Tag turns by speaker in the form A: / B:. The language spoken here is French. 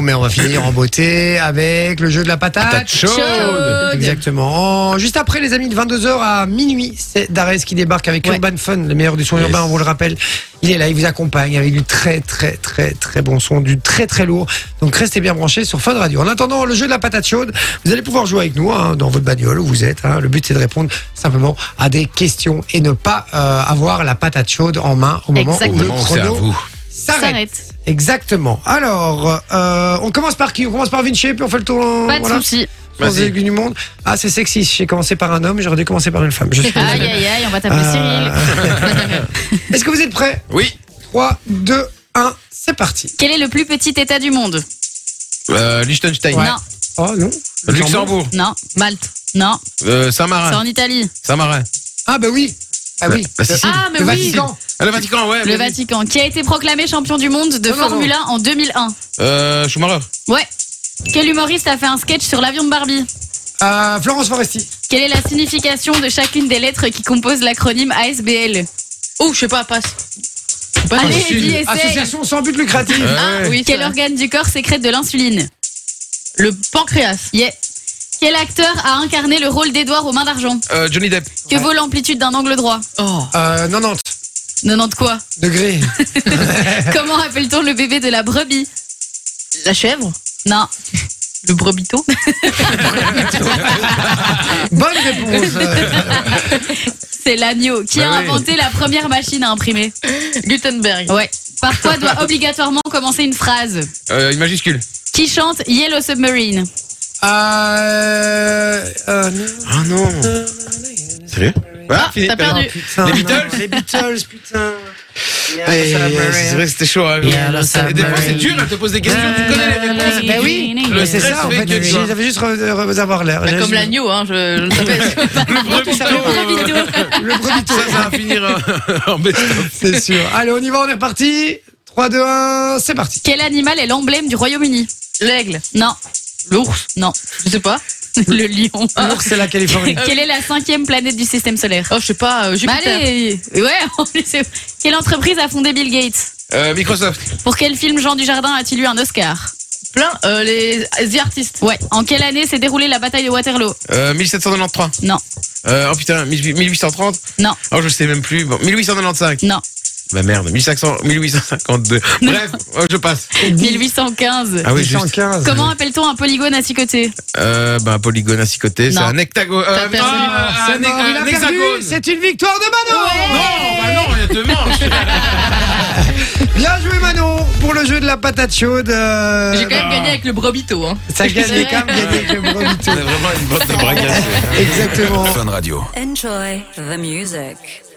A: mais on va finir en beauté avec le jeu de la patate.
B: Patate chaude.
C: Chaude.
A: Exactement. Juste après, les amis, de 22h à minuit, c'est Darès qui débarque avec
C: Ouais.
A: Urban Fun, le meilleur du son
B: Yes.
A: urbain, on vous le rappelle. Il est là, il vous accompagne avec du très, très, très, très bon son, du très, très lourd. Donc, restez bien branchés sur Fun Radio. En attendant, le jeu de la patate chaude, vous allez pouvoir jouer avec nous hein, dans votre bagnole où vous êtes. hein. Le but, c'est de répondre simplement à des questions et ne pas euh, avoir la patate chaude en main au moment
B: Au
A: où le
B: moment où c'est à
A: chrono
B: vous.
A: s'arrête.
C: S'arrête.
A: Exactement. Alors, euh, on commence par qui On commence par Vinci, puis on fait le tour. en-
C: Pas de
A: voilà,
C: soucis.
A: sans
B: Vas-y.
A: aiguille du monde. Ah, c'est sexiste. J'ai commencé par un homme, j'aurais dû commencer par une femme. Je suis
C: Aïe,
A: désolé.
C: aïe, aïe, on va t'appeler
A: Euh,
C: Cyril.
A: Est-ce que vous êtes prêts
B: Oui.
A: 3, 2, 1, c'est parti.
C: Quel est le plus petit état du monde
B: Euh, Liechtenstein.
A: Ouais.
C: Non,
A: Oh non.
B: Luxembourg.
C: non. Malte Non,
B: Euh,
C: c'est
B: Saint-Marin.
C: en Italie.
B: Saint-Marin.
A: Ah, bah oui. Ah oui.
B: La Sicile.
C: Ah, mais
A: le
C: oui
A: Vatican.
B: Ah, le Vatican, ouais.
C: Le
B: vas-y.
C: Vatican, qui a été proclamé champion du monde de
A: Non, non, non.
C: Formule 1 en 2001.
B: Euh, Schumacher.
C: Ouais. Quel humoriste a fait un sketch sur l'avion de Barbie
A: Euh, Florence Foresti.
C: Quelle est la signification de chacune des lettres qui composent l'acronyme ASBL
D: Oh, je sais pas, passe. Passe.
C: Allez,
B: Sud.
C: dis,
A: Ah,
C: essaye
A: Association sans but lucratif.
B: Euh,
D: Ah,
B: ouais.
D: oui, c'est
C: Quel
D: vrai.
C: organe du corps sécrète de l'insuline
D: Le pancréas.
C: Yeah. Quel acteur a incarné le rôle d'Edouard aux mains d'argent
B: Euh, Johnny Depp.
C: Que vaut l'amplitude d'un angle droit
D: Oh.
B: Ah.
A: Euh, 90
C: 90 quoi
A: degrés.
C: Comment appelle-t-on le bébé de la brebis
D: La chèvre.
C: Non.
D: Le brebito.
A: Bonne réponse. Euh,
C: C'est l'agneau. Qui a
B: Bah oui.
C: inventé la première machine à imprimer
D: Gutenberg.
C: Ouais. Par quoi doit obligatoirement commencer une phrase
B: Euh, une majuscule.
C: Qui chante Yellow Submarine
A: euh, euh, non.
B: Ah non. Sérieux Ah, Philippe,
D: t'as perdu.
B: alors.
A: Putain,
B: Les
A: non,
B: Beatles
A: Les Beatles, putain.
B: Eh, C'est vrai que c'était chaud. hein.
A: Yellow
B: Et des fois, c'est
A: Submarine.
B: dur, elle te pose des questions, tu connais les réponses.
A: Bah oui.
B: Le
A: C'est
B: stress
A: ça, en
B: fait
A: fait.
B: que tu
A: j'ai-
B: vois.
A: J'avais juste avoir l'air.
D: Bah,
A: J'ai
D: comme
A: juste-
D: l'agneau, hein, je, je le savais.
A: Le
B: Ça, ça va finir euh, en best
A: C'est sûr. Allez, on y va, on est reparti. 3, 2, 1, c'est parti.
C: Quel animal est l'emblème du Royaume-Uni
D: L'aigle.
C: Non.
D: L'ours.
C: Non.
D: Je sais pas. Ah,
C: Le lion.
B: Ah.
A: L'ours, c'est la Californie.
C: Quelle est la cinquième planète du système solaire
D: Oh, je sais pas, euh,
C: Bah
D: Jupiter.
C: allez Ouais, en plus, c'est- Quelle entreprise a fondé Bill Gates
B: Euh, Microsoft.
C: Pour quel film Jean Dujardin a-t-il eu un Oscar
D: Plein, euh, les The Artists.
C: Ouais. En quelle année s'est déroulée la bataille de Waterloo
B: Euh, 1793.
C: Non.
B: Euh, oh putain, 1830.
C: Non.
B: Oh, je sais même plus. Bon, 1895.
C: Non.
B: Bah merde, 1500, 1852. Bref, oh, je passe.
C: 1815.
B: Ah oui, juste.
A: 115.
C: Comment appelle-t-on un polygone à six côtés
B: Euh, bah, un polygone à six côtés, c'est
C: Non.
B: un hectagone.
C: T'as perdu.
B: ah,
A: C'est
B: un,
A: mort, il a
B: un
A: perdu,
B: hexagone.
A: C'est une victoire de Manon.
B: Non, bah non, il te manque.
A: Bien joué Manon pour le jeu de la patate chaude. euh,
D: J'ai quand même gagné avec le brebito. Hein.
A: Ça gagne les câbles, gagne avec le brevito.
B: C'est vraiment une bande de braquages.
A: Exactement.
E: Enjoy the music.